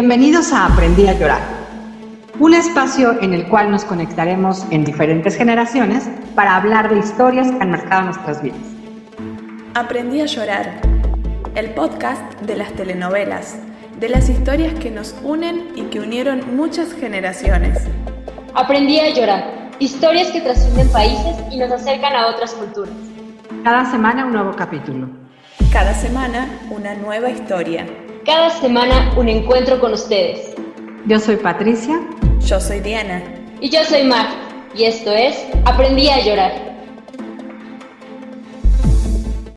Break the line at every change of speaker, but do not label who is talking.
Bienvenidos a Aprendí a Llorar, un espacio en el cual nos conectaremos en diferentes generaciones para hablar de historias que han marcado nuestras vidas.
Aprendí a llorar, el podcast de las telenovelas, de las historias que nos unen y que unieron muchas generaciones.
Aprendí a llorar, historias que trascienden países y nos acercan a otras culturas.
Cada semana un nuevo capítulo.
Cada semana una nueva historia.
Cada semana un encuentro con ustedes.
Yo soy Patricia
Yo soy Diana.
Y yo soy Mar, y esto es Aprendí a llorar.